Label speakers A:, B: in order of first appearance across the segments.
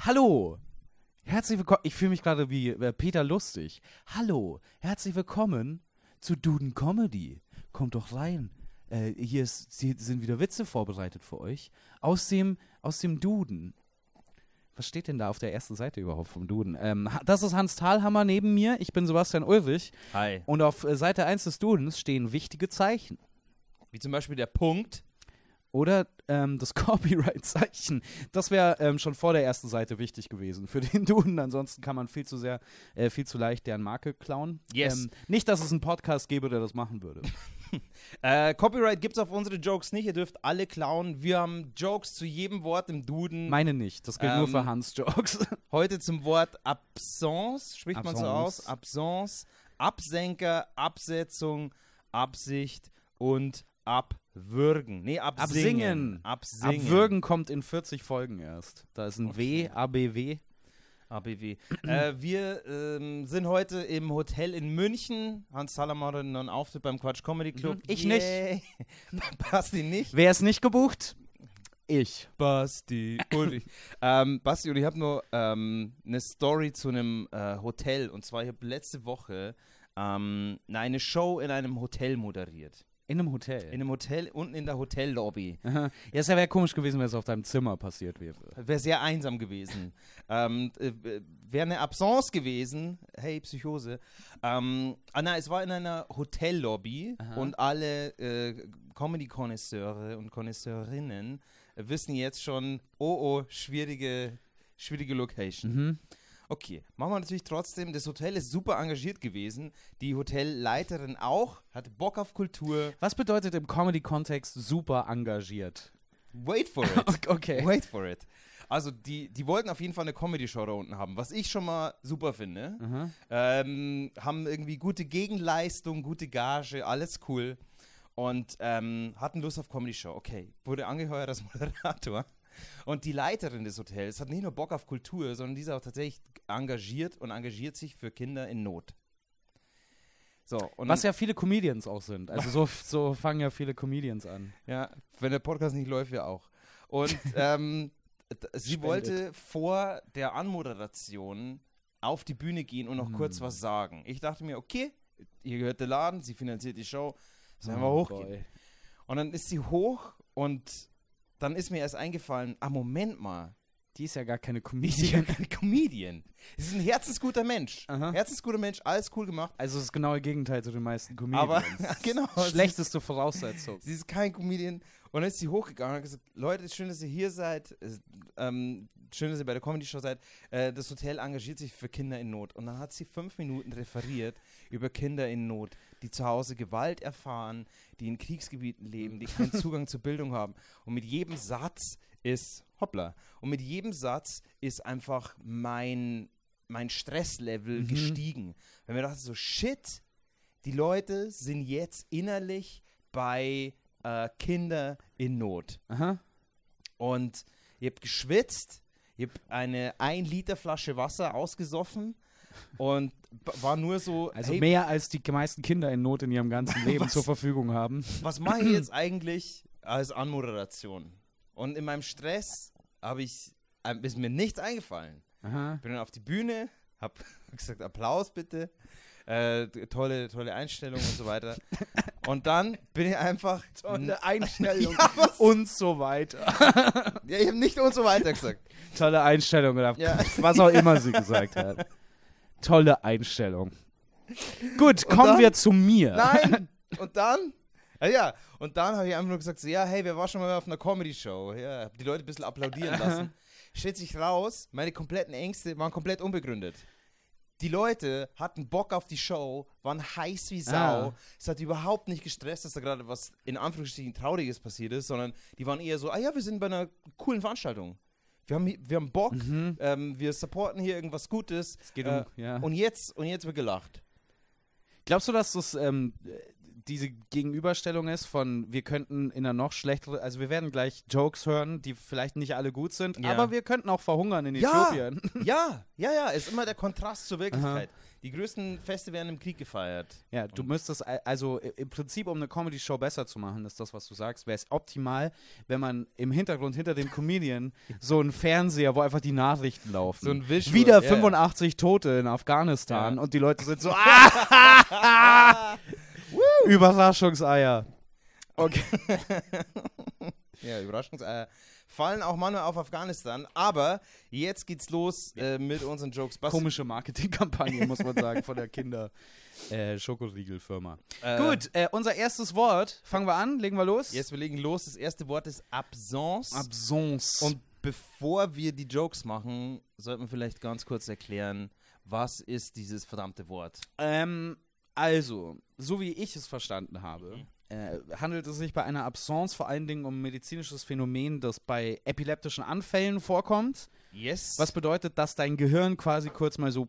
A: Hallo, herzlich willkommen. Ich fühle mich gerade wie äh, Peter Lustig. Hallo, herzlich willkommen zu Duden Comedy. Kommt doch rein. Äh, hier, ist, hier sind wieder Witze vorbereitet für euch aus dem, aus dem Duden. Was steht denn da auf der ersten Seite überhaupt vom Duden? Ähm, ha- das ist Hans Thalhammer neben mir. Ich bin Sebastian Ulrich.
B: Hi.
A: Und auf äh, Seite 1 des Dudens stehen wichtige Zeichen.
B: Wie zum Beispiel der Punkt.
A: Oder ähm, das Copyright-Zeichen. Das wäre ähm, schon vor der ersten Seite wichtig gewesen für den Duden. Ansonsten kann man viel zu sehr, äh, viel zu leicht deren Marke klauen.
B: Yes.
A: Ähm, nicht, dass es einen Podcast gäbe, der das machen würde.
B: Äh, Copyright gibt's auf unsere Jokes nicht. Ihr dürft alle klauen. Wir haben Jokes zu jedem Wort im Duden.
A: Meine nicht. Das gilt nur
B: Ähm,
A: für Hans-Jokes.
B: Heute zum Wort Absence. Spricht man so
A: Absence.
B: aus? Absence. Absenker, Absetzung, Absicht und Abwürgen. Nee, absingen.
A: Absingen.
B: Absingen.
A: Abwürgen kommt in 40 Folgen erst. Da ist ein W, ABW.
B: ABW. äh, wir ähm, sind heute im Hotel in München. Hans Salamer hat einen Auftritt beim Quatsch Comedy Club.
A: Mhm. Ich
B: nicht. Basti nicht.
A: Wer ist nicht gebucht? Ich.
B: Basti Ulrich. ähm, Basti und ich habe nur ähm, eine Story zu einem äh, Hotel. Und zwar, ich habe letzte Woche ähm, na, eine Show in einem Hotel moderiert.
A: In einem Hotel.
B: In einem Hotel, unten in der Hotellobby.
A: Aha. ja, es wäre komisch gewesen, wenn es auf deinem Zimmer passiert wäre.
B: Wäre sehr einsam gewesen. ähm, äh, Wäre eine Absence gewesen. Hey, Psychose. Ähm, ah, na, es war in einer Hotellobby
A: Aha.
B: und alle äh, Comedy-Konnoisseure und Konnoisseurinnen wissen jetzt schon, oh, oh, schwierige, schwierige Location.
A: Mhm.
B: Okay, machen wir natürlich trotzdem. Das Hotel ist super engagiert gewesen. Die Hotelleiterin auch, hat Bock auf Kultur.
A: Was bedeutet im Comedy-Kontext super engagiert?
B: Wait for
A: Oh
B: it.
A: Okay.
B: Wait for it. Also, die, die wollten auf jeden Fall eine Comedy-Show da unten haben, was ich schon mal super finde.
A: Aha.
B: Ähm, haben irgendwie gute Gegenleistung, gute Gage, alles cool. Und ähm, hatten Lust auf Comedy-Show. Okay, wurde angeheuert als Moderator. Und die Leiterin des Hotels hat nicht nur Bock auf Kultur, sondern die ist auch tatsächlich engagiert und engagiert sich für Kinder in Not. So, und
A: Was ja viele Comedians auch sind. Also so, so fangen ja viele Comedians an.
B: Ja, wenn der Podcast nicht läuft, ja auch. Und ähm, d- sie
A: Spendet.
B: wollte vor der Anmoderation auf die Bühne gehen und noch kurz
A: Hm.
B: was sagen. Ich dachte mir, okay, hier gehört der Laden, sie finanziert die Show, sollen wir hochgehen.
A: Oh, boy.
B: Und dann ist sie hoch und dann ist mir erst eingefallen, ah, Moment mal,
A: Die ist ja gar keine
B: ich bin ja
A: Comedian.
B: keine Comedian. Sie ist ein herzensguter Mensch.
A: Aha.
B: Herzensguter Mensch, alles cool gemacht.
A: Also das genaue Gegenteil zu den meisten
B: Aber
A: Comedians.
B: genau,
A: Schlechteste Voraussetzung.
B: Sie ist kein Comedian. Und dann ist sie hochgegangen und hat gesagt, Leute, schön, dass ihr hier seid. Es- Ähm, schön, dass ihr bei der Comedy-Show seid. Äh, das Hotel engagiert sich für Kinder in Not. Und dann hat sie fünf Minuten referiert über Kinder in Not, die zu Hause Gewalt erfahren, die in Kriegsgebieten leben, die keinen Zugang zur Bildung haben. Und mit jedem Satz ist, hoppla, und mit jedem Satz ist einfach mein, mein Stresslevel gestiegen. Wenn mir dachte, so shit, die Leute sind jetzt innerlich bei äh, Kinder in Not.
A: Aha.
B: Und ihr habt geschwitzt, ihr habt eine 1 Liter Flasche Wasser ausgesoffen und b- war nur so,
A: Also
B: hey,
A: mehr als die meisten Kinder in Not in ihrem ganzen Leben
B: Was?
A: zur Verfügung haben.
B: was mache ich jetzt eigentlich als Anmoderation? Und in meinem Stress habe ich, äh, ist mir nichts eingefallen.
A: Aha.
B: Bin dann auf die Bühne, hab gesagt, Applaus bitte. Äh, d- tolle, tolle Einstellung und so weiter. Und dann bin ich einfach.
A: Tolle Einstellung
B: Ja, was?
A: und so weiter.
B: Ja, ich habe nicht und so weiter gesagt.
A: Tolle Einstellung oder
B: Ja.
A: was auch immer sie gesagt hat. Tolle Einstellung. Gut, kommen
B: dann?
A: wir zu mir.
B: Nein! Und dann? Ja, ja. Und dann habe ich einfach nur gesagt, so, ja, hey, wer war schon mal auf einer Comedy-Show? Ja, hab die Leute ein bisschen applaudieren lassen. Stellt sich raus, meine kompletten Ängste waren komplett unbegründet. Die Leute hatten Bock auf die Show, waren heiß wie Sau.
A: Ah.
B: Es hat überhaupt nicht gestresst, dass da gerade was in Anführungsstrichen Trauriges passiert ist, sondern die waren eher so, ah ja, wir sind bei einer coolen Veranstaltung. Wir haben, hi- wir haben Bock, ähm, wir supporten hier irgendwas Gutes.
A: Mhm.
B: Äh,
A: Es geht um- ja.
B: Und jetzt, und jetzt wird gelacht.
A: Glaubst du, dass das ähm, diese Gegenüberstellung ist von, wir könnten in einer noch schlechteren, also wir werden gleich Jokes hören, die vielleicht nicht alle gut sind,
B: Ja.
A: aber wir könnten auch verhungern in
B: Ja.
A: Äthiopien.
B: Ja, ja, ja, ist immer der Kontrast zur Wirklichkeit. Die größten Feste werden im Krieg gefeiert.
A: Ja, du müsstest, al- also i- im Prinzip, um eine Comedy-Show besser zu machen, ist das, was du sagst, wäre es optimal, wenn man im Hintergrund hinter dem Comedian so einen Fernseher, wo einfach die Nachrichten laufen.
B: So ein Visual,
A: Wieder
B: ja, ja.
A: 85 Tote in Afghanistan
B: Ja.
A: und die Leute sind so, ah! Überraschungseier. Okay.
B: Ja, Überraschungseier. Fallen auch manchmal auf Afghanistan, aber jetzt geht's los äh, mit unseren Jokes. Basti,
A: Komische Marketingkampagne, muss man sagen, von der Kinder. Äh, Schokoriegelfirma.
B: Äh,
A: Gut, äh, unser erstes Wort. Fangen wir an, legen wir los.
B: Jetzt wir legen los. Das erste Wort ist Absence.
A: Absence.
B: Und bevor wir die Jokes machen, sollten wir vielleicht ganz kurz erklären, was ist dieses verdammte Wort?
A: Ähm, also, so wie ich es verstanden habe, äh, handelt es sich bei einer Absence vor allen Dingen um ein medizinisches Phänomen, das bei epileptischen Anfällen vorkommt.
B: Yes.
A: Was bedeutet, dass dein Gehirn quasi kurz mal so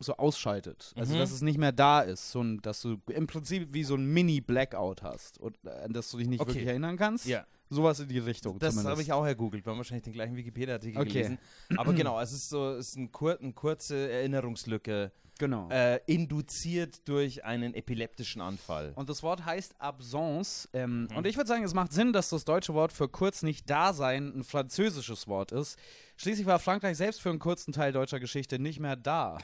A: so ausschaltet. Also,
B: Mhm.
A: dass es nicht mehr da ist. So ein, dass du im Prinzip wie so ein Mini-Blackout hast und äh, an das du dich nicht
B: Okay.
A: wirklich erinnern kannst.
B: Ja.
A: Sowas in die Richtung
B: Das
A: zumindest.
B: habe ich auch ergoogelt. Wir haben wahrscheinlich den gleichen Wikipedia-Artikel
A: Okay.
B: gelesen. Aber genau, es ist so es ist ein kur eine kurze Erinnerungslücke,
A: Genau.
B: äh, induziert durch einen epileptischen Anfall.
A: Und das Wort heißt Absence. Ähm, Und ich würde sagen, es macht Sinn, dass das deutsche Wort für kurz nicht da sein ein französisches Wort ist. Schließlich war Frankreich selbst für einen kurzen Teil deutscher Geschichte nicht mehr da.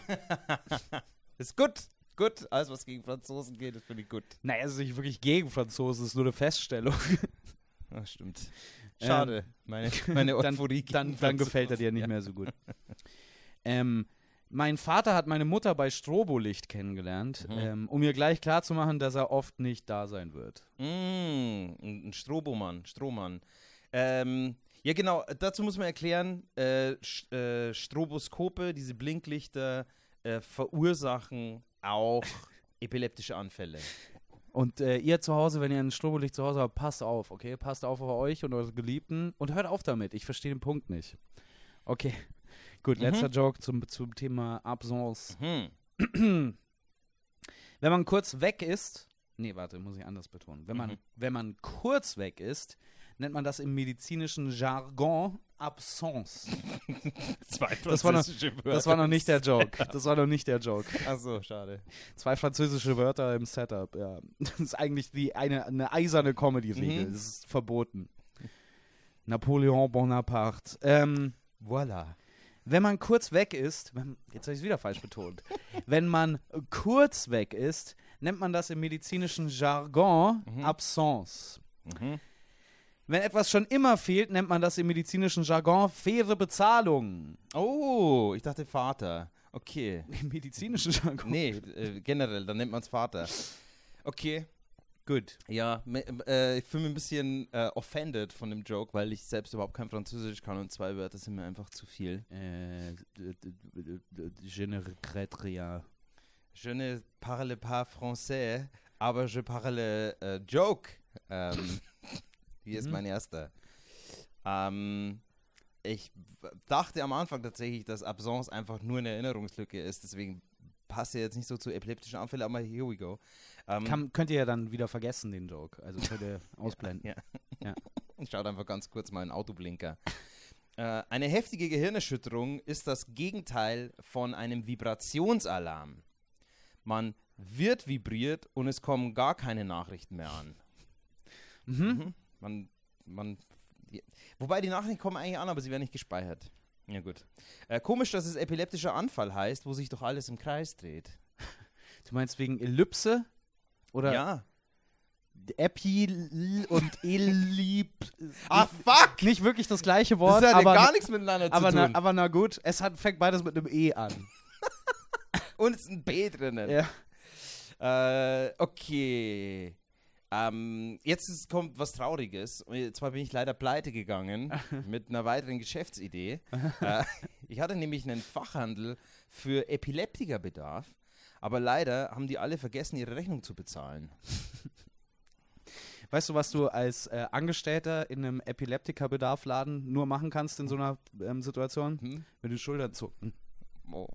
B: Ist gut. Gut. Alles, was gegen Franzosen geht, ist finde ich gut.
A: naja, es ist nicht wirklich gegen Franzosen, es ist nur eine Feststellung.
B: Ach, stimmt. Schade. meine meine
A: Ähm, dann,
B: Euphorie gegen
A: dann, dann gefällt er dir nicht mehr so gut. ähm, mein Vater hat meine Mutter bei Strobolicht kennengelernt,
B: Mhm.
A: ähm, um ihr gleich klarzumachen, dass er oft nicht da sein wird.
B: Mm, ein ein Strobomann, Strohmann. Ähm, ja, genau, dazu muss man erklären, äh, Sch- äh, Stroboskope, diese Blinklichter, äh, verursachen auch epileptische Anfälle.
A: Und äh, ihr zu Hause, wenn ihr ein Strobolicht zu Hause habt, passt auf, okay? Passt auf auf euch und eure Geliebten und hört auf damit. Ich verstehe den Punkt nicht. Okay. Gut, letzter
B: Mhm.
A: Joke zum, zum Thema Absence.
B: Hm.
A: Wenn man kurz weg ist, nee, warte, muss ich anders betonen. Wenn man,
B: Mhm.
A: wenn man kurz weg ist, nennt man das im medizinischen Jargon Absence.
B: Zwei
A: Das war noch-
B: französische Wörter.
A: Das war noch nicht der Joke. Das war noch nicht der Joke.
B: Achso, schade.
A: Zwei französische Wörter im Setup, ja. Das ist eigentlich die eine, eine eiserne Comedy-Regel.
B: Mhm.
A: Das ist verboten. Napoleon Bonaparte. Ähm,
B: Voila.
A: wenn man kurz weg ist, wenn, jetzt habe ich es wieder falsch betont, wenn man kurz weg ist, nennt man das im medizinischen Jargon
B: Mhm.
A: Absence. Wenn etwas schon immer fehlt, nennt man das im medizinischen Jargon faire Bezahlung.
B: Oh, ich dachte Vater. Okay.
A: Im medizinischen Jargon?
B: Nee, äh, generell, dann nennt man es Vater. Okay.
A: Gut.
B: Ja, me- äh, ich fühle mich ein bisschen äh, offended von dem Joke, weil ich selbst überhaupt kein Französisch kann und zwei Wörter sind mir einfach zu viel.
A: Äh, d- d- d- d- je ne regrette rien.
B: Je ne parle pas français, aber je parle äh, joke. Ähm, hier ist
A: Mhm.
B: mein erster. Ähm, ich w- dachte am Anfang tatsächlich, dass Absence einfach nur eine Erinnerungslücke ist, deswegen passt er jetzt nicht so zu epileptischen Anfällen, aber here we go. Ähm,
A: Kann, könnt ihr ja dann wieder vergessen, den Joke. Also könnt ihr ausblenden.
B: Ja. Ich schaue einfach ganz kurz mal in den Autoblinker. Äh, Eine heftige Gehirnerschütterung ist das Gegenteil von einem Vibrationsalarm. Man wird vibriert und es kommen gar keine Nachrichten mehr an.
A: Hm?
B: Mhm. Man, man, ja. wobei die Nachrichten kommen eigentlich an, aber sie werden nicht gespeichert. Ja gut. Äh, komisch, dass es epileptischer Anfall heißt, wo sich doch alles im Kreis dreht.
A: Du meinst wegen Ellipse? Oder
B: Ja.
A: Epi und Elip.
B: Ah, fuck!
A: Nicht wirklich das gleiche
B: Das
A: Wort,
B: hat ja
A: aber,
B: gar nichts miteinander
A: aber,
B: zu
A: na,
B: tun.
A: aber na gut, es hat, fängt beides mit einem E an.
B: und es ist ein B drinnen.
A: ja.
B: Äh, okay. Ähm, jetzt ist, kommt was Trauriges. Und zwar bin ich leider pleite gegangen mit einer weiteren Geschäftsidee. äh, ich hatte nämlich einen Fachhandel für Epileptikerbedarf, aber leider haben die alle vergessen, ihre Rechnung zu bezahlen.
A: Weißt du, was du als äh, Angestellter in einem Epileptikerbedarfladen nur machen kannst in so einer ähm, Situation?
B: Hm?
A: Mit den Schultern zucken.
B: Oh.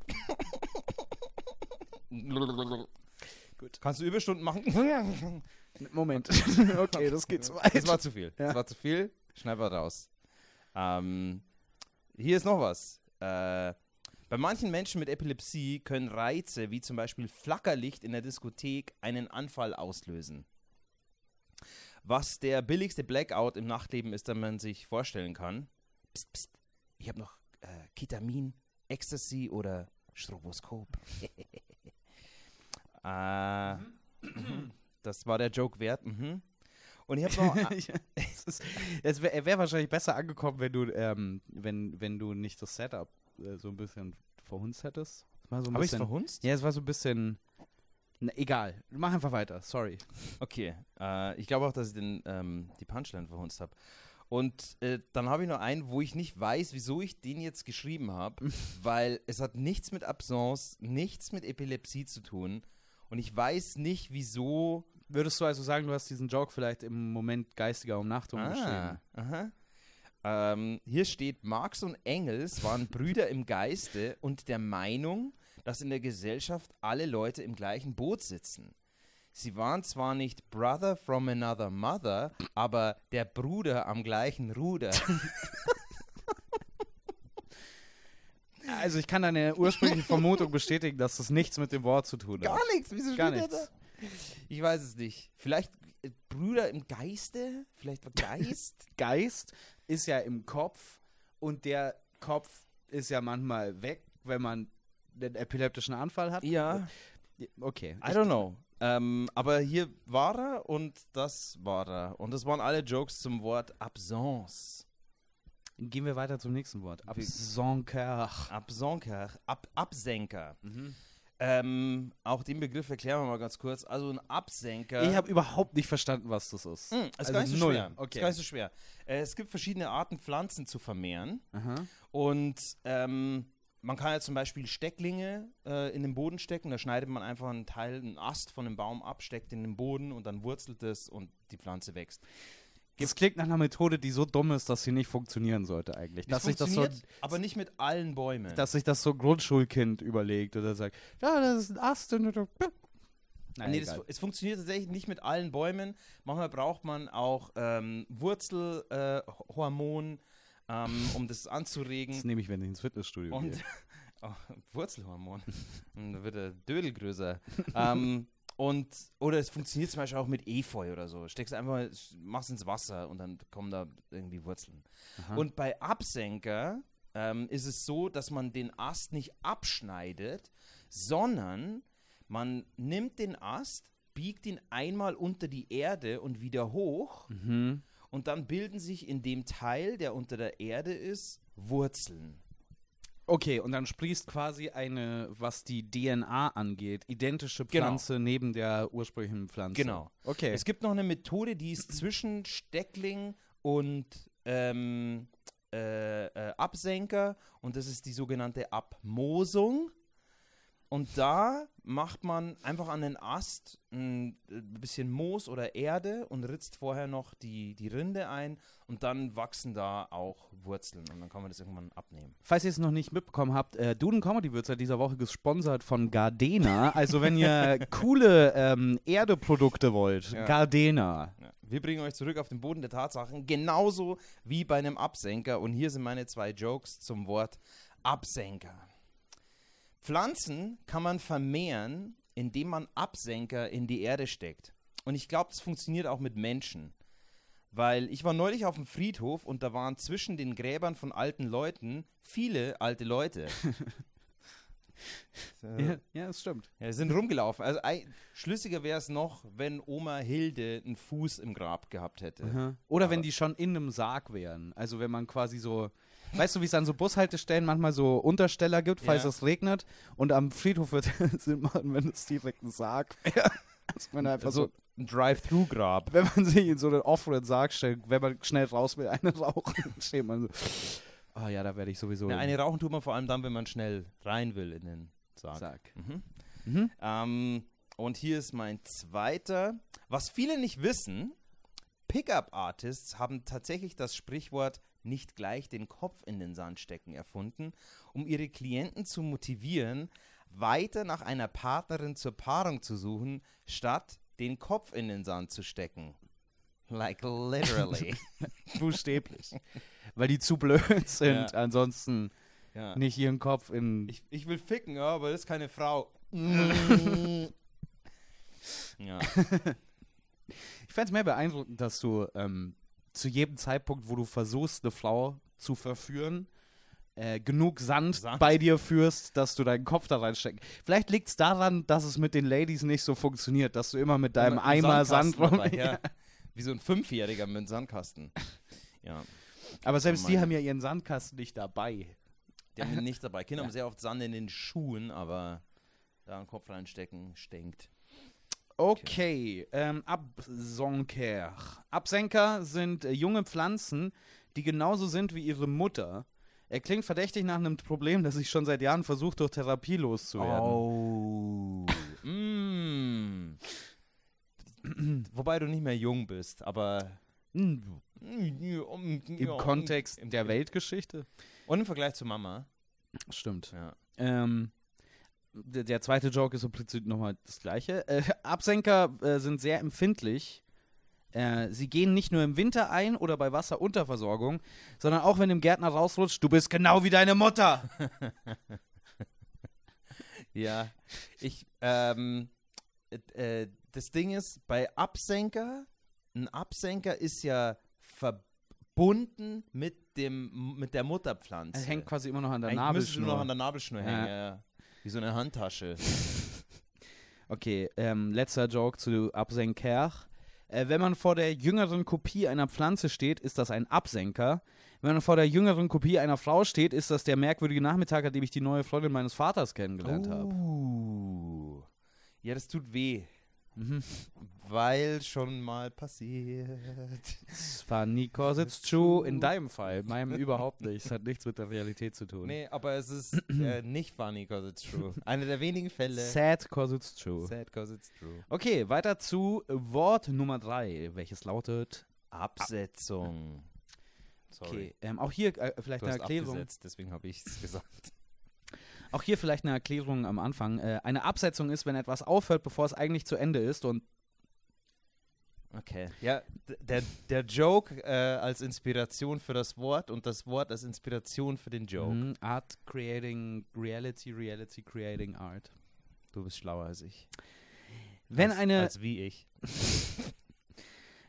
B: Gut. Kannst du Überstunden machen?
A: Moment. okay, das geht zu weit.
B: Das war zu viel.
A: Ja.
B: Das war zu viel. Schneid mal raus. Ähm, hier ist noch was. Äh, bei manchen Menschen mit Epilepsie können Reize wie zum Beispiel Flackerlicht in der Diskothek einen Anfall auslösen. Was der billigste Blackout im Nachtleben ist, den man sich vorstellen kann. Psst, psst. Ich habe noch äh, Ketamin, Ecstasy oder Stroboskop. äh, das war der Joke wert. Mhm. Und ich habe noch.
A: Ich- es ist- es wäre wär wahrscheinlich besser angekommen, wenn du, ähm, wenn, wenn du nicht das Setup äh, so ein bisschen verhunzt hättest. Es war so ein
B: Habe ich
A: bisschen,
B: verhunzt?
A: ja, es war so ein bisschen. Na, egal. Mach einfach weiter. Sorry.
B: Okay. Äh, ich glaube auch, dass ich den, ähm, die Punchline verhunzt habe. Und äh, dann habe ich noch einen, wo ich nicht weiß, wieso ich den jetzt geschrieben habe, weil es hat nichts mit Absence, nichts mit Epilepsie zu tun. Und ich weiß nicht, wieso.
A: Würdest du also sagen, du hast diesen Joke vielleicht im Moment geistiger um Umnachtung
B: Ah,
A: geschrieben?
B: aha. Ähm, hier steht, Marx und Engels waren Brüder im Geiste und der Meinung, dass in der Gesellschaft alle Leute im gleichen Boot sitzen. Sie waren zwar nicht Brother from another mother, aber der Bruder am gleichen Ruder.
A: Also ich kann deine ursprüngliche Vermutung bestätigen, dass das nichts mit dem Wort zu tun hat.
B: Gar nichts, wieso
A: Gar
B: steht er
A: nichts.
B: da? Ich weiß es nicht. Vielleicht äh, Brüder im Geiste? Vielleicht war Geist?
A: Geist ist ja im Kopf und der Kopf ist ja manchmal weg, wenn man den epileptischen Anfall hat. Okay.
B: I don't know. Ähm, aber hier war er und das war er. Und das waren alle Jokes zum Wort Absence.
A: Gehen wir weiter zum nächsten Wort. Absenker.
B: Absenker, Ab Absenker. Ähm, auch den Begriff erklären wir mal ganz kurz. Also ein Absenker.
A: Ich habe überhaupt nicht verstanden, was das ist.
B: Hm, ist
A: also
B: gar nicht so
A: null.
B: schwer. Ist
A: Okay.
B: gar nicht so schwer. Äh, es gibt verschiedene Arten, Pflanzen zu vermehren.
A: Aha.
B: Und ähm, man kann ja zum Beispiel Stecklinge äh, in den Boden stecken. Da schneidet man einfach einen Teil, einen Ast von einem Baum ab, steckt in den Boden und dann wurzelt es und die Pflanze wächst.
A: Das klingt nach einer Methode, die so dumm ist, dass sie nicht funktionieren sollte eigentlich.
B: Das
A: dass sich das so,
B: funktioniert, aber nicht mit allen Bäumen.
A: dass sich das so ein Grundschulkind überlegt oder sagt, ja, das ist ein Ast. Und du- Nein,
B: nee, das,
A: egal.
B: es funktioniert tatsächlich nicht mit allen Bäumen. Manchmal braucht man auch ähm, Wurzelhormon, äh, Ho- Hormon, ähm, um das anzuregen.
A: das nehme ich, wenn ich ins Fitnessstudio
B: Und
A: gehe.
B: oh, Wurzelhormon. Und da wird der Dödel größer. ähm, und, oder es funktioniert zum Beispiel auch mit Efeu oder so. Steckst einfach, machst ins Wasser und dann kommen da irgendwie Wurzeln.
A: Aha.
B: Und bei Absenker ähm, ist es so, dass man den Ast nicht abschneidet, sondern man nimmt den Ast, biegt ihn einmal unter die Erde und wieder hoch
A: Mhm.
B: und dann bilden sich in dem Teil, der unter der Erde ist, Wurzeln.
A: Okay, und dann sprießt quasi eine, was die DNA angeht, identische
B: Genau.
A: Pflanze neben der ursprünglichen Pflanze.
B: Genau.
A: Okay.
B: Es gibt noch eine Methode, die ist zwischen Steckling und ähm, äh, äh, Absenker und das ist die sogenannte Abmosung. Und da macht man einfach an den Ast ein äh, bisschen Moos oder Erde und ritzt vorher noch die, die Rinde ein und dann wachsen da auch Wurzeln und dann kann man das irgendwann abnehmen.
A: Falls ihr es noch nicht mitbekommen habt, äh, Duden Comedy wird seit dieser Woche gesponsert von Gardena. Also wenn ihr coole ähm, Erdeprodukte wollt,
B: Ja.
A: Gardena.
B: Ja. Wir bringen euch zurück auf den Boden der Tatsachen, genauso wie bei einem Absenker. Und hier sind meine zwei Jokes zum Wort Absenker. Pflanzen kann man vermehren, indem man Absenker in die Erde steckt. Und ich glaube, das funktioniert auch mit Menschen. Weil ich war neulich auf dem Friedhof und da waren zwischen den Gräbern von alten Leuten viele alte Leute. so.
A: Ja, ja, das stimmt.
B: Ja, sind rumgelaufen. Also ei- schlüssiger wäre es noch, wenn Oma Hilde einen Fuß im Grab gehabt hätte.
A: Oder wenn die schon in einem Sarg wären. Also wenn man quasi so, weißt du, wie es an so Bushaltestellen manchmal so Untersteller gibt, falls
B: Ja.
A: es regnet. Und am Friedhof wird Sinn machen, wenn es direkt ein Sarg wäre. Also wenn, einfach so,
B: Also ein Drive-Thru-Grab.
A: wenn man sich in so einen offenen Sarg stellt, wenn man schnell raus will, eine rauchen, steht man so. Ah ja, da werde ich sowieso.
B: Ja, eine rauchen tut man vor allem dann, wenn man schnell rein will in den Sarg.
A: Sarg.
B: Mhm.
A: Mhm.
B: Ähm, und hier ist mein zweiter. Was viele nicht wissen, Pickup-Artists haben tatsächlich das Sprichwort nicht gleich den Kopf in den Sand stecken erfunden, um ihre Klienten zu motivieren, weiter nach einer Partnerin zur Paarung zu suchen, statt den Kopf in den Sand zu stecken. Like literally.
A: Buchstäblich. Weil die zu blöd sind.
B: Ja.
A: Ansonsten
B: ja.
A: nicht ihren Kopf in.
B: ich, ich will ficken, ja, aber das ist keine Frau. ja.
A: Ich fände es mehr beeindruckend, dass du ähm, zu jedem Zeitpunkt, wo du versuchst, eine Frau zu verführen, äh, genug Sand,
B: Sand?
A: bei dir führst, dass du deinen Kopf da reinsteckst. Vielleicht liegt es daran, dass es mit den Ladies nicht so funktioniert, dass du immer mit deinem
B: Mit einem
A: Eimer Sand
B: Sandkasten
A: rum.
B: dabei, ja. Wie so ein Fünfjähriger mit einem Sandkasten. Ja.
A: Aber selbst die
B: Meine-
A: haben ja ihren Sandkasten nicht dabei.
B: Die haben ihn nicht dabei. Kinder
A: Ja.
B: haben sehr oft Sand in den Schuhen, aber da einen Kopf reinstecken, stinkt.
A: Okay, ähm, Absenker. Absenker sind äh, junge Pflanzen, die genauso sind wie ihre Mutter. Er klingt verdächtig nach einem Problem, das ich schon seit Jahren versuche, durch Therapie loszuwerden.
B: Oh. mm. Wobei du nicht mehr jung bist, aber
A: Hm, Im
B: im
A: Kontext der Weltgeschichte?
B: Und im Vergleich zu Mama.
A: Stimmt.
B: Ja.
A: Ähm, d- der zweite Joke ist im Prinzip nochmal das gleiche. Äh, Absenker äh, sind sehr empfindlich. Äh, sie gehen nicht nur im Winter ein oder bei Wasserunterversorgung, sondern auch wenn dem Gärtner rausrutscht, du bist genau wie deine Mutter.
B: Ja. Ich, ähm, äh, äh, das Ding ist, bei Absenker, ein Absenker ist ja verbunden mit dem, mit der Mutterpflanze.
A: Das hängt quasi immer noch an der
B: Eigentlich müsstest du
A: Nabelschnur.
B: noch an der Nabelschnur hängen,
A: Ja.
B: ja. ja. Wie so eine Handtasche.
A: Okay, ähm, letzter Joke zu Absenker. Äh, wenn man vor der jüngeren Kopie einer Pflanze steht, ist das ein Absenker. Wenn man vor der jüngeren Kopie einer Frau steht, ist das der merkwürdige Nachmittag, an dem ich die neue Freundin meines Vaters kennengelernt habe.
B: Uh. Ja, das tut weh.
A: Mhm.
B: Weil schon mal passiert.
A: Funny cause it's true. In deinem Fall, meinem überhaupt nicht. Es hat nichts mit der Realität zu tun.
B: Nee, aber es ist äh, nicht funny, cause it's true. Einer der wenigen Fälle.
A: Sad cause it's true.
B: Sad, cause it's true.
A: Okay, weiter zu Wort Nummer 3, welches lautet.
B: Absetzung. Sorry.
A: Okay, ähm, auch hier äh, vielleicht
B: Du
A: eine
B: hast
A: Erklärung.
B: abgesetzt, deswegen habe ich es gesagt.
A: Auch hier vielleicht eine Erklärung am Anfang. Äh, eine Absetzung ist, wenn etwas aufhört, bevor es eigentlich zu Ende ist. Und
B: Okay. Ja, d- der, der Joke äh, als Inspiration für das Wort und das Wort als Inspiration für den Joke.
A: Mhm, Art creating reality, reality creating art.
B: Du bist schlauer als ich.
A: Wenn
B: als,
A: eine,
B: Als wie ich.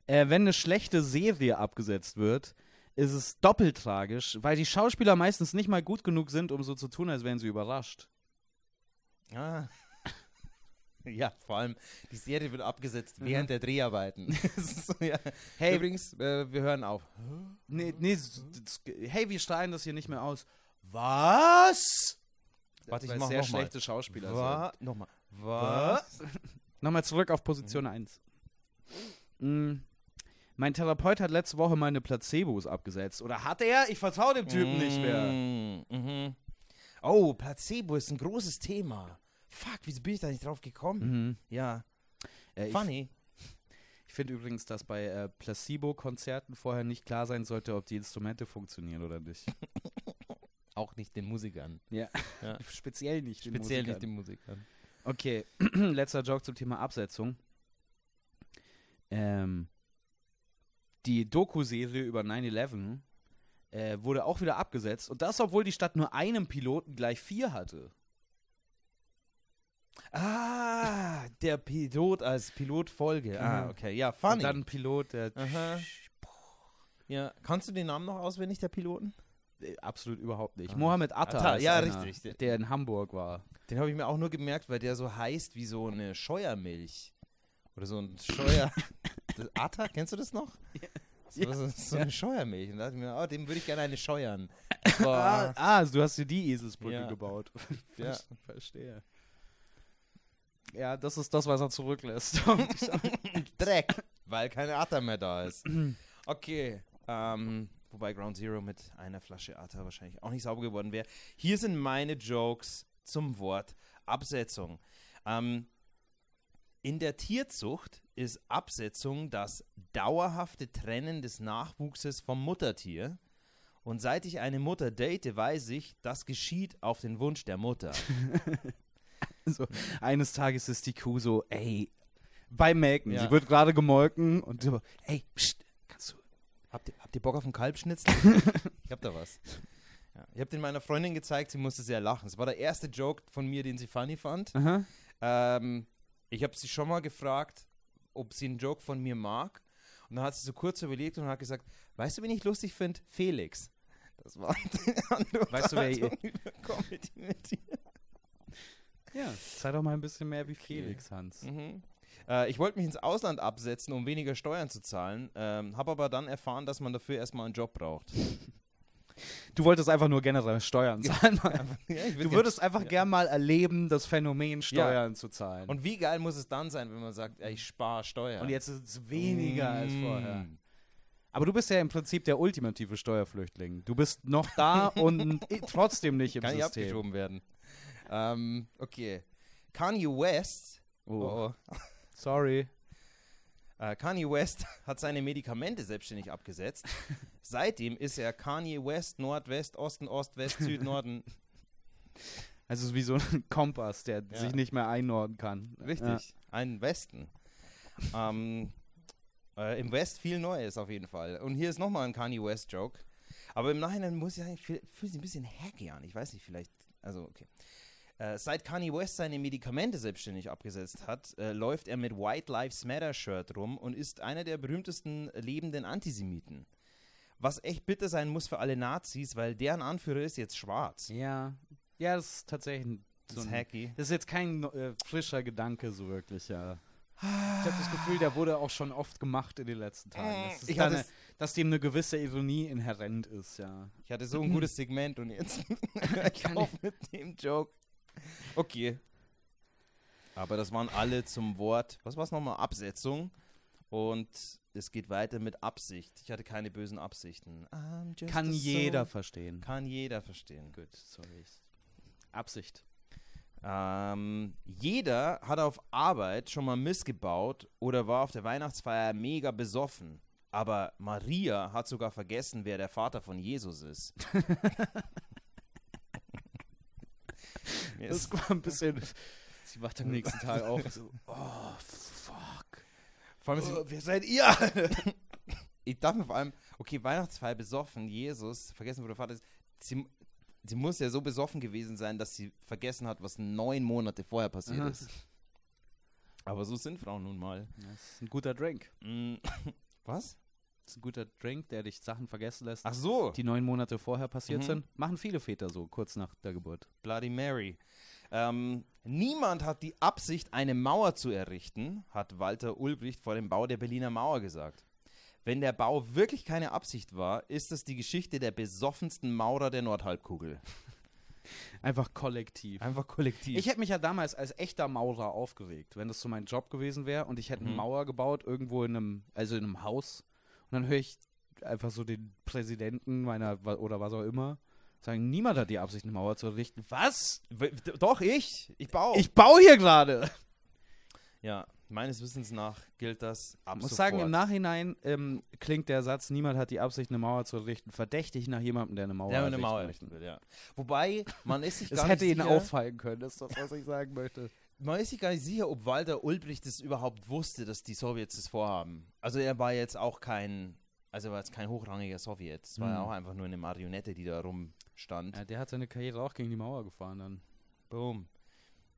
A: äh, wenn eine schlechte Serie abgesetzt wird, ist es doppelt tragisch, weil die Schauspieler meistens nicht mal gut genug sind, um so zu tun, als wären sie überrascht.
B: Ah. Ja, vor allem, die Serie wird abgesetzt während der Dreharbeiten. Es ist so, ja. Mhm. Hey, übrigens, äh, wir hören auf.
A: Nee, nee, s- s- hey, wir strahlen das hier nicht mehr aus. Was?
B: Warte, ich
A: Weil es
B: mach
A: sehr
B: noch mal.
A: schlechte Schauspieler sind.
B: Wa nochmal. also. Was?
A: Nochmal zurück auf Position 1. Mm. Mein Therapeut hat letzte Woche meine Placebos abgesetzt. Oder hat er? Ich vertraue dem Typen nicht mehr.
B: Mm, Mhm. Oh, Placebo ist ein großes Thema. Fuck, wieso bin ich da nicht drauf
A: Mm.
B: gekommen? Mhm. Ja,
A: Mhm. Äh, ich
B: funny.
A: ich finde übrigens, dass bei äh, Placebo-Konzerten vorher nicht klar sein sollte, ob die Instrumente funktionieren oder nicht.
B: Auch nicht den Musikern.
A: Ja.
B: Ja.
A: Speziell nicht. den
B: Speziell
A: Musikern.
B: nicht den Musikern.
A: Okay, letzter Joke zum Thema Absetzung. Ähm, die Doku-Serie über 9-11 äh, wurde auch wieder abgesetzt. Und das, obwohl die Stadt nur einem Piloten gleich vier hatte.
B: Ah, der Pilot als Pilotfolge. Ah,
A: Genau.
B: okay. Ja,
A: Und
B: funny.
A: dann ein Pilot, der
B: Aha. Ja, kannst du den Namen noch auswendig der Piloten?
A: Äh, absolut überhaupt nicht.
B: Ah.
A: Mohammed Atta,
B: Atta,
A: ist
B: ja,
A: einer,
B: richtig.
A: der in Hamburg war.
B: Den habe ich mir auch nur gemerkt, weil der so heißt wie so eine Scheuermilch. Oder so ein Scheuer. Das Atta, kennst du das noch? So, so, so eine Scheuermilch. Und da dachte ich mir, oh, dem würde ich gerne eine scheuern.
A: Ah,
B: Boah.
A: ah, du hast dir die Eselsbrücke
B: Ja.
A: gebaut.
B: ja.
A: Verstehe. Ja, das ist das, was er zurücklässt.
B: Dreck, weil keine Atta mehr da ist. Okay. Ähm, wobei Ground Zero mit einer Flasche Atta wahrscheinlich auch nicht sauber geworden wäre. Hier sind meine Jokes zum Wort Absetzung. Ähm, in der Tierzucht ist Absetzung das dauerhafte Trennen des Nachwuchses vom Muttertier. Und seit ich eine Mutter date, weiß ich, das geschieht auf den Wunsch der Mutter.
A: so, eines Tages ist die Kuh so, ey, bei Melken.
B: Ja.
A: Sie wird gerade gemolken und sie sagt, ey, pst, kannst du.
B: Habt ihr, habt ihr Bock auf einen Kalbschnitzel? ich hab da was. Ja. Ich hab den meiner Freundin gezeigt, sie musste sehr lachen. Es war der erste Joke von mir, den sie funny fand.
A: Aha.
B: Ähm, ich habe sie schon mal gefragt, ob sie einen Joke von mir mag. Und dann hat sie so kurz überlegt und hat gesagt, weißt du, wen ich lustig finde? Felix. Das war die andere
A: Weißt du, wer-
B: Unterhaltung über Comedy mit dir.
A: Ja, sei doch mal ein bisschen mehr wie Felix, Hans.
B: Mhm. Äh, ich wollte mich ins Ausland absetzen, um weniger Steuern zu zahlen, ähm, habe aber dann erfahren, dass man dafür erstmal einen Job braucht.
A: Du wolltest einfach nur generell Steuern zahlen. Mann.
B: Ja, ich will
A: Du
B: gern-
A: würdest einfach gern mal erleben, das Phänomen Steuern zu zahlen.
B: Und wie geil muss es dann sein, wenn man sagt, ey, ich spare Steuern?
A: Und jetzt ist es weniger als
B: Mm.
A: vorher. Aber du bist ja im Prinzip der ultimative Steuerflüchtling. Du bist noch da und i- trotzdem nicht im
B: Kann nicht
A: System.
B: abgeschoben werden. ähm, okay. Kanye West.
A: Oh,
B: Oh, oh.
A: sorry.
B: Äh, Kanye West hat seine Medikamente selbstständig abgesetzt. Seitdem ist er Kanye West, Nordwest, Osten, Ost-West, Süd, Norden.
A: Also es ist wie so ein Kompass, der
B: Ja.
A: sich nicht mehr einordnen kann. Ja.
B: Richtig. Ein Westen. ähm, äh, Im West viel Neues auf jeden Fall. Und hier ist nochmal ein Kanye West-Joke. Aber im Nachhinein muss ich sagen, fühlt sich ein bisschen hacky an. Ich weiß nicht, vielleicht. Also, okay. Äh, seit Kanye West seine Medikamente selbstständig abgesetzt hat, äh, läuft er mit White Lives Matter-Shirt rum und ist einer der berühmtesten lebenden Antisemiten. Was echt bitter sein muss für alle Nazis, weil deren Anführer ist jetzt schwarz.
A: Ja. Ja, das ist tatsächlich so
B: Das ist
A: ein
B: hacky.
A: Das ist jetzt kein äh, frischer Gedanke so wirklich, ja. Ich habe das Gefühl, der wurde auch schon oft gemacht in den letzten Tagen. Das ist
B: Äh, Ich
A: da
B: hatte
A: eine,
B: es-
A: dass dem eine gewisse Ironie inhärent ist, ja.
B: Ich hatte so ein gutes Segment und jetzt ich auf mit dem Joke. Okay. Aber das waren alle zum Wort. Was war es nochmal? Absetzung. Und es geht weiter mit Absicht. Ich hatte keine bösen Absichten. I'm just
A: Kann
B: a soul.
A: jeder verstehen.
B: Kann jeder verstehen.
A: Gut, sorry. Absicht.
B: Ähm, jeder hat auf Arbeit schon mal missgebaut oder war auf der Weihnachtsfeier mega besoffen. Aber Maria hat sogar vergessen, wer der Vater von Jesus ist. Mir
A: Das
B: ist-
A: war ein bisschen
B: sie wacht
A: am nächsten Tag auf. und So,
B: Vor allem,
A: oh,
B: sie,
A: wer seid ihr?
B: ich dachte mir vor allem, okay, Weihnachtsfeier besoffen, Jesus, vergessen, wo der Vater ist. Sie, sie muss ja so besoffen gewesen sein, dass sie vergessen hat, was neun Monate vorher passiert
A: Aha.
B: ist. Aber so sind Frauen nun mal.
A: Das ist ein guter Drink.
B: Mm, Was?
A: Das ist ein guter Drink, der dich Sachen vergessen lässt,
B: Ach so.
A: die neun Monate vorher passiert
B: Mhm.
A: sind. Machen viele Väter so, kurz nach der Geburt.
B: Bloody Mary. Ähm, niemand hat die Absicht, eine Mauer zu errichten, hat Walter Ulbricht vor dem Bau der Berliner Mauer gesagt. Wenn der Bau wirklich keine Absicht war, ist es die Geschichte der besoffensten Maurer der Nordhalbkugel.
A: Einfach kollektiv.
B: Einfach kollektiv.
A: Ich hätte mich ja damals als echter Maurer aufgeregt, wenn das so mein Job gewesen wäre und ich hätte eine
B: Mhm.
A: Mauer gebaut irgendwo in einem, also in einem Haus und dann höre ich einfach so den Präsidenten meiner wa- oder was auch immer sagen, niemand hat die Absicht, eine Mauer zu errichten. Was?
B: W- d- Doch, ich. Ich baue.
A: Ich baue hier gerade.
B: Ja, meines Wissens nach gilt das ab
A: Ich muss
B: sofort.
A: sagen, im Nachhinein ähm, klingt der Satz, niemand hat die Absicht, eine Mauer zu errichten, verdächtig nach jemandem, der eine Mauer
B: der eine
A: errichten
B: Mauer
A: möchte.
B: errichten will, ja. Wobei, man ist sich
A: Es
B: gar
A: hätte
B: nicht
A: ihn
B: sicher,
A: auffallen können, das ist das, was ich sagen möchte.
B: Man ist sich gar nicht sicher, ob Walter Ulbricht es überhaupt wusste, dass die Sowjets das vorhaben. Also er war jetzt auch kein, also er war jetzt kein hochrangiger Sowjet. Es war ja
A: Hm.
B: auch einfach nur eine Marionette, die da rumstand.
A: Ja, der hat seine Karriere auch gegen die Mauer gefahren dann.
B: Boom.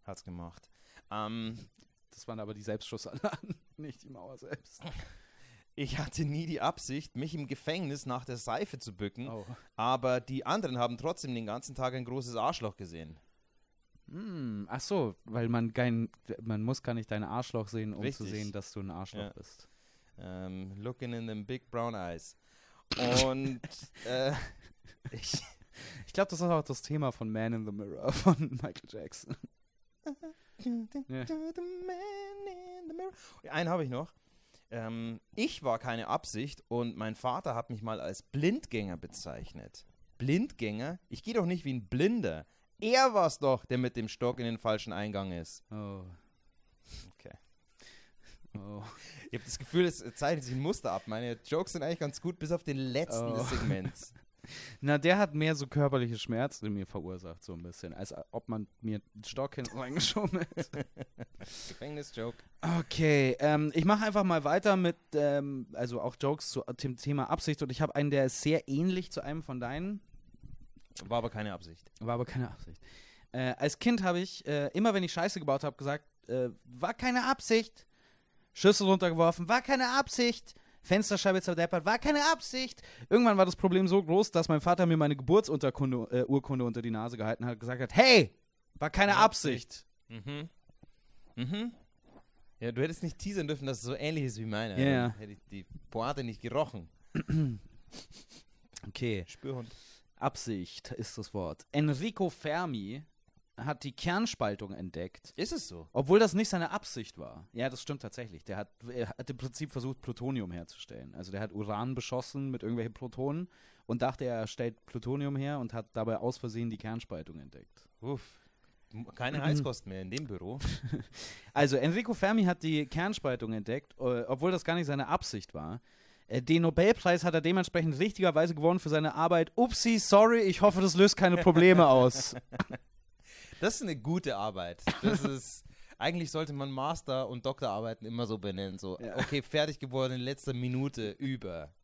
B: Hat's gemacht. Ähm,
A: Das waren aber die Selbstschussanlagen, nicht die Mauer selbst.
B: ich hatte nie die Absicht, mich im Gefängnis nach der Seife zu bücken,
A: Oh.
B: aber die anderen haben trotzdem den ganzen Tag ein großes Arschloch gesehen.
A: Hm, ach so, weil man kein, man muss gar nicht dein Arschloch sehen, um zu
B: Richtig.
A: sehen, dass du ein Arschloch
B: Ja.
A: bist.
B: Ähm, looking in them big brown eyes. Und äh, ich,
A: Ich glaube, das ist auch das Thema von Man in the Mirror von Michael Jackson. Ja.
B: Einen habe ich noch. Ähm, ich war keine Absicht und mein Vater hat mich mal als Blindgänger bezeichnet. Blindgänger? Ich gehe doch nicht wie ein Blinder. Er war es doch, der mit dem Stock in den falschen Eingang ist.
A: Oh.
B: Okay.
A: Oh.
B: Ich habe das Gefühl, es zeichnet sich ein Muster ab. Meine Jokes sind eigentlich ganz gut, bis auf den letzten
A: Oh.
B: des Segments.
A: Na, der hat mehr so körperliche Schmerzen in mir verursacht, so ein bisschen, als ob man mir einen Stock hinten reingeschoben hätte.
B: Gefängnis-Joke.
A: Okay, ähm, ich mache einfach mal weiter mit, ähm, also auch Jokes zu dem Thema Absicht und ich habe einen, der ist sehr ähnlich zu einem von deinen,
B: War aber keine Absicht.
A: war aber keine Absicht. Äh, als Kind habe ich, äh, immer wenn ich Scheiße gebaut habe, gesagt, äh, war keine Absicht. Schüssel runtergeworfen, war keine Absicht. Fensterscheibe zerdeppert, war keine Absicht. Irgendwann war das Problem so groß, dass mein Vater mir meine Geburtsurkunde äh, Urkunde unter die Nase gehalten hat und gesagt hat, hey, war keine Absicht.
B: Mhm. Mhm. Ja, du hättest nicht teasern dürfen, dass es so ähnlich ist wie meine.
A: Ja, ja.
B: Dann Hätte ich die Pointe nicht gerochen.
A: Okay.
B: Spürhund.
A: Absicht ist das Wort. Enrico Fermi hat die Kernspaltung entdeckt,
B: Ist es so?
A: obwohl das nicht seine Absicht war. Ja, das stimmt tatsächlich. Der hat, er hat im Prinzip versucht, Plutonium herzustellen. Also der hat Uran beschossen mit irgendwelchen Protonen und dachte, er stellt Plutonium her und hat dabei aus Versehen die Kernspaltung entdeckt.
B: Uff. M- Keine Heizkosten mehr in dem Büro.
A: Also Enrico Fermi hat die Kernspaltung entdeckt, äh, obwohl das gar nicht seine Absicht war. Äh, Den Nobelpreis hat er dementsprechend richtigerweise gewonnen für seine Arbeit. Upsi, sorry, ich hoffe, das löst keine Probleme aus.
B: Das ist eine gute Arbeit. Das ist. Eigentlich sollte man Master- und Doktorarbeiten immer so benennen. So,
A: Ja.
B: okay, fertig geworden in letzter Minute über.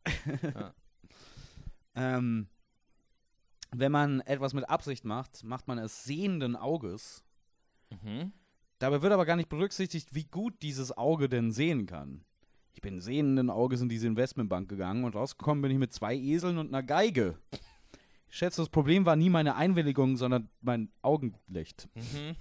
A: Ähm, wenn man etwas mit Absicht macht, macht man es sehenden Auges.
B: Mhm.
A: Dabei wird aber gar nicht berücksichtigt, wie gut dieses Auge denn sehen kann. Ich bin sehenden Auges in diese Investmentbank gegangen und rausgekommen bin ich mit zwei Eseln und einer Geige. Ich schätze, das Problem war nie meine Einwilligung, sondern mein Augenlicht.
B: Mhm.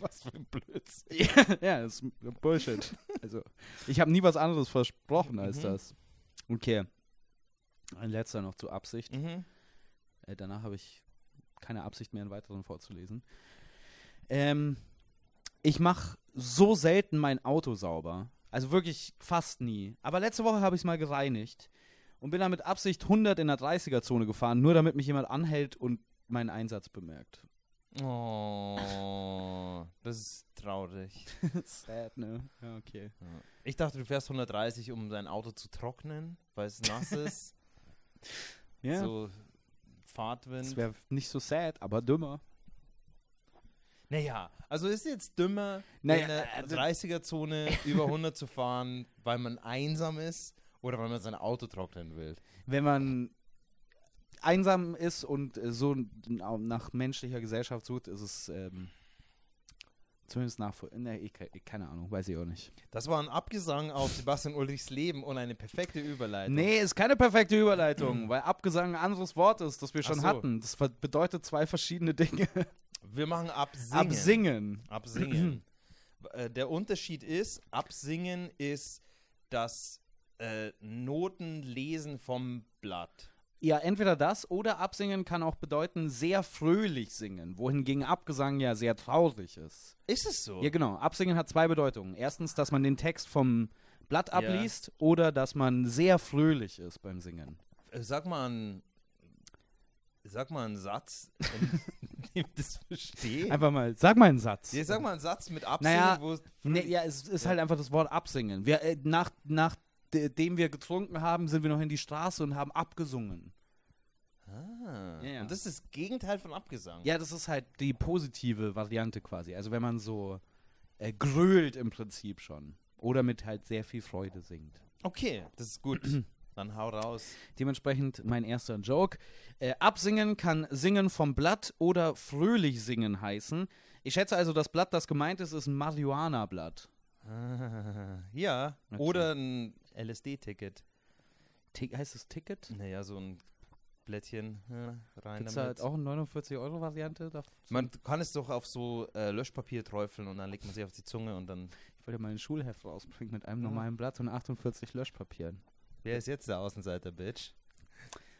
B: Was für ein Blödsinn.
A: ja, das ist Bullshit. Also, ich habe nie was anderes versprochen als
B: Mhm.
A: das. Okay. Ein letzter noch zur Absicht.
B: Mhm.
A: Äh, danach habe ich keine Absicht mehr, einen weiteren vorzulesen. Ähm, ich mache so selten mein Auto sauber. Also wirklich fast nie. Aber letzte Woche habe ich es mal gereinigt und bin dann mit Absicht 100 in der 30er-Zone gefahren, nur damit mich jemand anhält und meinen Einsatz bemerkt.
B: Oh, das ist traurig.
A: Sad, ne? Ja, okay.
B: Ich dachte, du fährst 130, um dein Auto zu trocknen, weil es nass ist.
A: Ja,
B: So
A: das
B: Fahrtwind.
A: wäre nicht so sad, aber dümmer.
B: Naja, also ist jetzt dümmer,
A: Naja,
B: in der
A: also-
B: 30er-Zone über 100 zu fahren, weil man einsam ist oder weil man sein Auto trocknen will.
A: Wenn man einsam ist und äh, so n- nach menschlicher Gesellschaft sucht, ist es ähm, zumindest nachvollziehbar. Ne, eh ke- eh, keine Ahnung, weiß ich auch nicht.
B: Das war ein Abgesang auf Sebastian Ulrichs Leben und eine perfekte Überleitung.
A: Nee, ist keine perfekte Überleitung, weil Abgesang ein anderes Wort ist, das wir
B: Ach
A: schon
B: so.
A: hatten. Das ver- bedeutet zwei verschiedene Dinge.
B: Wir machen Absingen.
A: Absingen.
B: Absingen. Äh, Der Unterschied ist, Absingen ist das äh, Notenlesen vom Blatt.
A: Ja, entweder das oder Absingen kann auch bedeuten, sehr fröhlich singen, wohingegen Abgesang ja sehr traurig ist.
B: Ist es so?
A: Ja, genau. Absingen hat zwei Bedeutungen. Erstens, dass man den Text vom Blatt abliest oder dass man sehr fröhlich ist beim Singen.
B: Äh, Sag mal einen, sag mal einen Satz, in dem ich das verstehe.
A: Einfach mal, sag mal einen Satz.
B: Ja, sag mal einen Satz mit Absingen,
A: Naja,
B: wo es Hm.
A: Ne, ja, es ist
B: Ja.
A: halt einfach das Wort absingen. Wir, äh, nach, nachdem wir getrunken haben, sind wir noch in die Straße und haben abgesungen.
B: Ah,
A: Ja, ja.
B: Und das ist das Gegenteil von Abgesang.
A: Ja, das ist halt die positive Variante quasi. Also wenn man so äh, grölt im Prinzip schon. Oder mit halt sehr viel Freude singt.
B: Okay, das ist gut. Dann hau raus.
A: Dementsprechend mein erster Joke. Äh, absingen kann singen vom Blatt oder fröhlich singen heißen. Ich schätze also, das Blatt, das gemeint ist, ist ein Marihuana-Blatt.
B: Ah, Ja,
A: Okay.
B: oder ein LSD-Ticket.
A: Ti- Heißt es Ticket?
B: Naja, so ein Blättchen ja, rein
A: Gibt es
B: damit.
A: halt auch eine 49-Euro-Variante? Da-
B: Man kann es doch auf so äh, Löschpapier träufeln und dann legt man sich auf die Zunge und dann.
A: Ich wollte mal ein Schulheft rausbringen mit einem
B: Ja.
A: normalen Blatt und 48 Löschpapieren.
B: Wer ist jetzt der Außenseiter, Bitch?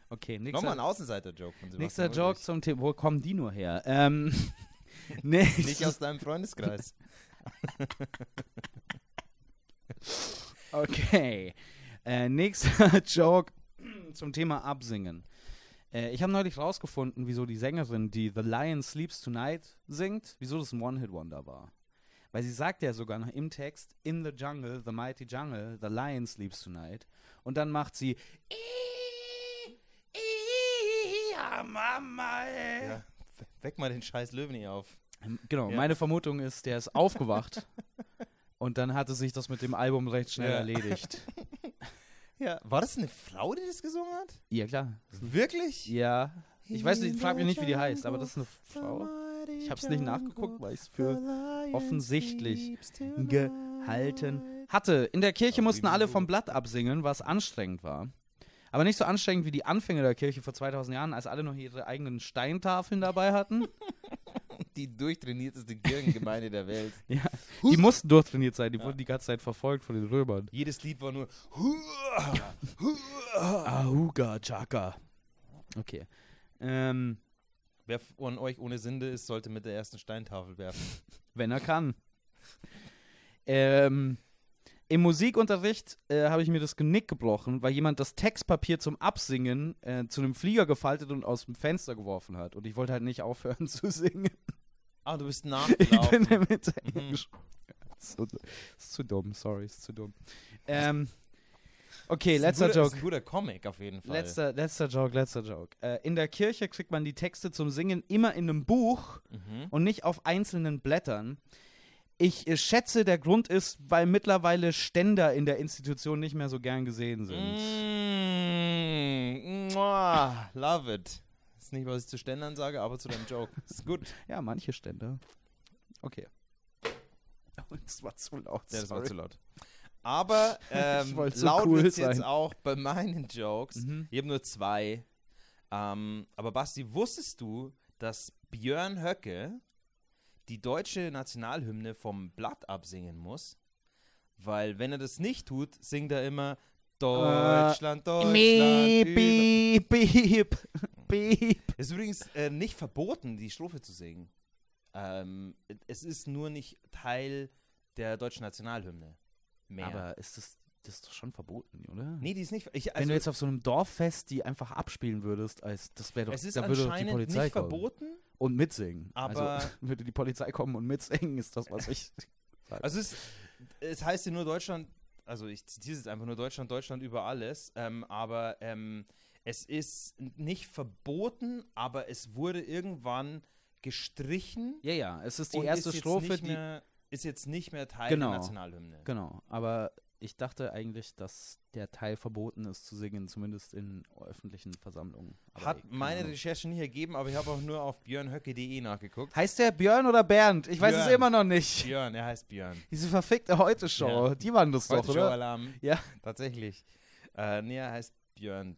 A: Okay,
B: Nochmal ein
A: nächster,
B: Außenseiter-Joke von Sebastian.
A: nächster
B: Ulrich.
A: halt Joke zum Thema. Wo kommen die nur her? Ähm, nächstes-
B: Nicht aus deinem Freundeskreis.
A: Okay. Äh, nächster Joke zum Thema Absingen. Äh, ich habe neulich rausgefunden, wieso die Sängerin, die The Lion Sleeps Tonight singt, wieso das ein One-Hit-Wonder war. Weil sie sagt ja sogar noch im Text, in the jungle, the mighty jungle, the lion sleeps tonight. Und dann macht sie ja, Mama, ey.
B: Ja. we- Weck mal den scheiß Löwen hier auf.
A: Ähm, Genau,
B: Ja.
A: meine Vermutung ist, der ist aufgewacht und dann hatte sich das mit dem Album recht schnell
B: Ja.
A: erledigt.
B: Ja. War das eine Frau, die das gesungen hat?
A: Ja, klar.
B: Wirklich?
A: Ja. Ich weiß nicht, frag mich nicht, wie die heißt, aber das ist eine Frau. Ich hab's nicht nachgeguckt, weil ich's für offensichtlich gehalten hatte. In der Kirche mussten alle vom Blatt absingen, was anstrengend war. Aber nicht so anstrengend wie die Anfänge der Kirche vor 2000 Jahren, als alle noch ihre eigenen Steintafeln dabei hatten.
B: Die durchtrainierteste Kirchengemeinde der Welt.
A: Ja. Die mussten durchtrainiert sein, die wurden die ganze Zeit verfolgt von den Römern.
B: Jedes Lied war nur. Hua, hua.
A: Ahuga Chaka. Okay. Ähm,
B: Wer von euch ohne Sünde ist, sollte mit der ersten Steintafel werfen.
A: wenn er kann. ähm, Im Musikunterricht äh, habe ich mir das Genick gebrochen, weil jemand das Textpapier zum Absingen äh, zu einem Flieger gefaltet und aus dem Fenster geworfen hat. Und ich wollte halt nicht aufhören zu singen.
B: Ah, du bist
A: Ich bin
B: nachgelaufen.
A: damit
B: Mhm.
A: so, Ist zu dumm, sorry, ist zu dumm. Ähm, okay,
B: Ist ein
A: letzter
B: guter,
A: Joke.
B: Ist ein guter Comic auf jeden Fall.
A: Letzter, letzter Joke, letzter Joke. Äh, in der Kirche kriegt man die Texte zum Singen immer in einem Buch
B: Mhm.
A: und nicht auf einzelnen Blättern. Ich äh, schätze, der Grund ist, weil mittlerweile Ständer in der Institution nicht mehr so gern gesehen sind.
B: Mm, Mua, love it. Ist nicht, was ich zu Ständern sage, aber zu deinem Joke. Ist gut.
A: Ja, manche Ständer. Okay. Oh, Das war zu laut.
B: Ja, das war
A: sorry.
B: zu laut. Aber ähm,
A: Ich wollte so
B: laut
A: cool
B: wird's jetzt
A: sein.
B: auch bei meinen Jokes.
A: Mhm.
B: Ich habe nur zwei. Ähm, aber Basti, wusstest du, dass Björn Höcke die deutsche Nationalhymne vom Blatt absingen muss? Weil wenn er das nicht tut, singt er immer
A: Äh,
B: Deutschland, Deutschland.
A: Miep,
B: über-
A: Piep, piep, piep.
B: Es ist übrigens äh, nicht verboten, die Strophe zu singen. Ähm, es ist nur nicht Teil der deutschen Nationalhymne mehr.
A: Aber ist das, das ist doch schon verboten, oder?
B: Nee, die ist nicht. Ich,
A: Wenn
B: also,
A: du jetzt auf so einem Dorffest die einfach abspielen würdest, als das wäre doch,
B: es ist
A: da würde doch die
B: anscheinend
A: Polizei
B: nicht
A: kommen
B: verboten.
A: und mitsingen. also,
B: aber-
A: würde die Polizei kommen und mitsingen, ist das was ich.
B: Also es, es heißt ja nur Deutschland, also ich zitiere es jetzt einfach nur Deutschland, Deutschland über alles, ähm, aber ähm, es ist n- nicht verboten, aber es wurde irgendwann gestrichen.
A: Ja, ja, es ist die
B: und
A: erste
B: ist jetzt
A: Strophe,
B: nicht
A: die.
B: mehr, ist jetzt nicht mehr Teil
A: Genau.
B: der Nationalhymne.
A: Genau, aber ich dachte eigentlich, dass der Teil verboten ist zu singen, zumindest in öffentlichen Versammlungen. Aber
B: Hat
A: ey, keine
B: meine
A: Ahnung.
B: Recherche nicht ergeben, aber ich habe auch nur auf björnhöcke.de nachgeguckt.
A: Heißt der Björn oder Bernd? Ich weiß es
B: Björn.
A: immer noch nicht.
B: Björn, er heißt Björn.
A: Diese verfickte Heute-Show,
B: Ja.
A: die waren das
B: Heute
A: doch,
B: Show
A: oder?
B: Alarm.
A: Ja.
B: Tatsächlich. Äh, nee, er heißt Björn.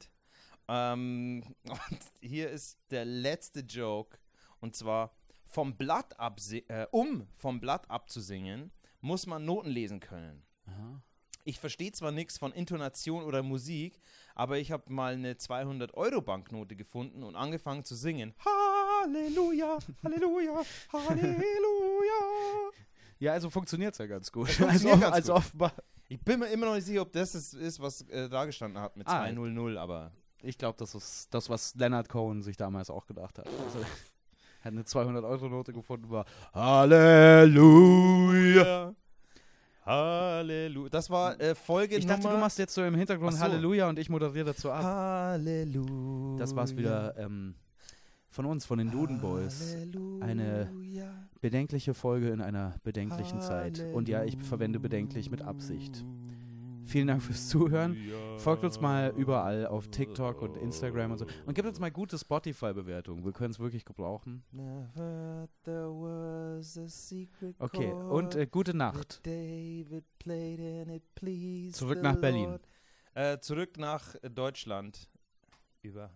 B: Ähm, und hier ist der letzte Joke. Und zwar, vom Blatt absi- äh, um vom Blatt abzusingen, muss man Noten lesen können.
A: Aha.
B: Ich verstehe zwar nichts von Intonation oder Musik, aber ich habe mal eine 200-Euro-Banknote gefunden und angefangen zu singen. Halleluja, Halleluja, Halleluja.
A: Ja, also funktioniert es ja ganz gut. Also,
B: funktioniert ganz
A: also
B: gut.
A: offenbar.
B: Ich bin mir immer noch nicht sicher, ob das es ist, was äh, da gestanden hat mit
A: Ah.
B: 2-0-0, aber
A: Ich glaube, das ist das, was Leonard Cohen sich damals auch gedacht hat. Also, er hat eine 200-Euro-Note gefunden, war Halleluja.
B: Halleluja. Halleluja. Das war äh, Folge
A: Ich dachte, du
B: Nummer
A: machst jetzt so im Hintergrund
B: Ach so.
A: Halleluja und ich moderiere dazu ab.
B: Halleluja.
A: Das war's wieder ähm, von uns, von den Dudenboys. Eine Bedenkliche Folge in einer bedenklichen Zeit. Und ja, ich verwende bedenklich mit Absicht. Vielen Dank fürs Zuhören. Folgt uns mal überall auf TikTok und Instagram und so. Und gebt uns mal gute Spotify-Bewertungen. Wir können es wirklich gebrauchen. Okay, und äh, gute Nacht.
B: David played and it pleased
A: Zurück
B: the
A: nach Berlin.
B: Lord. Äh, zurück nach äh, Deutschland. Über.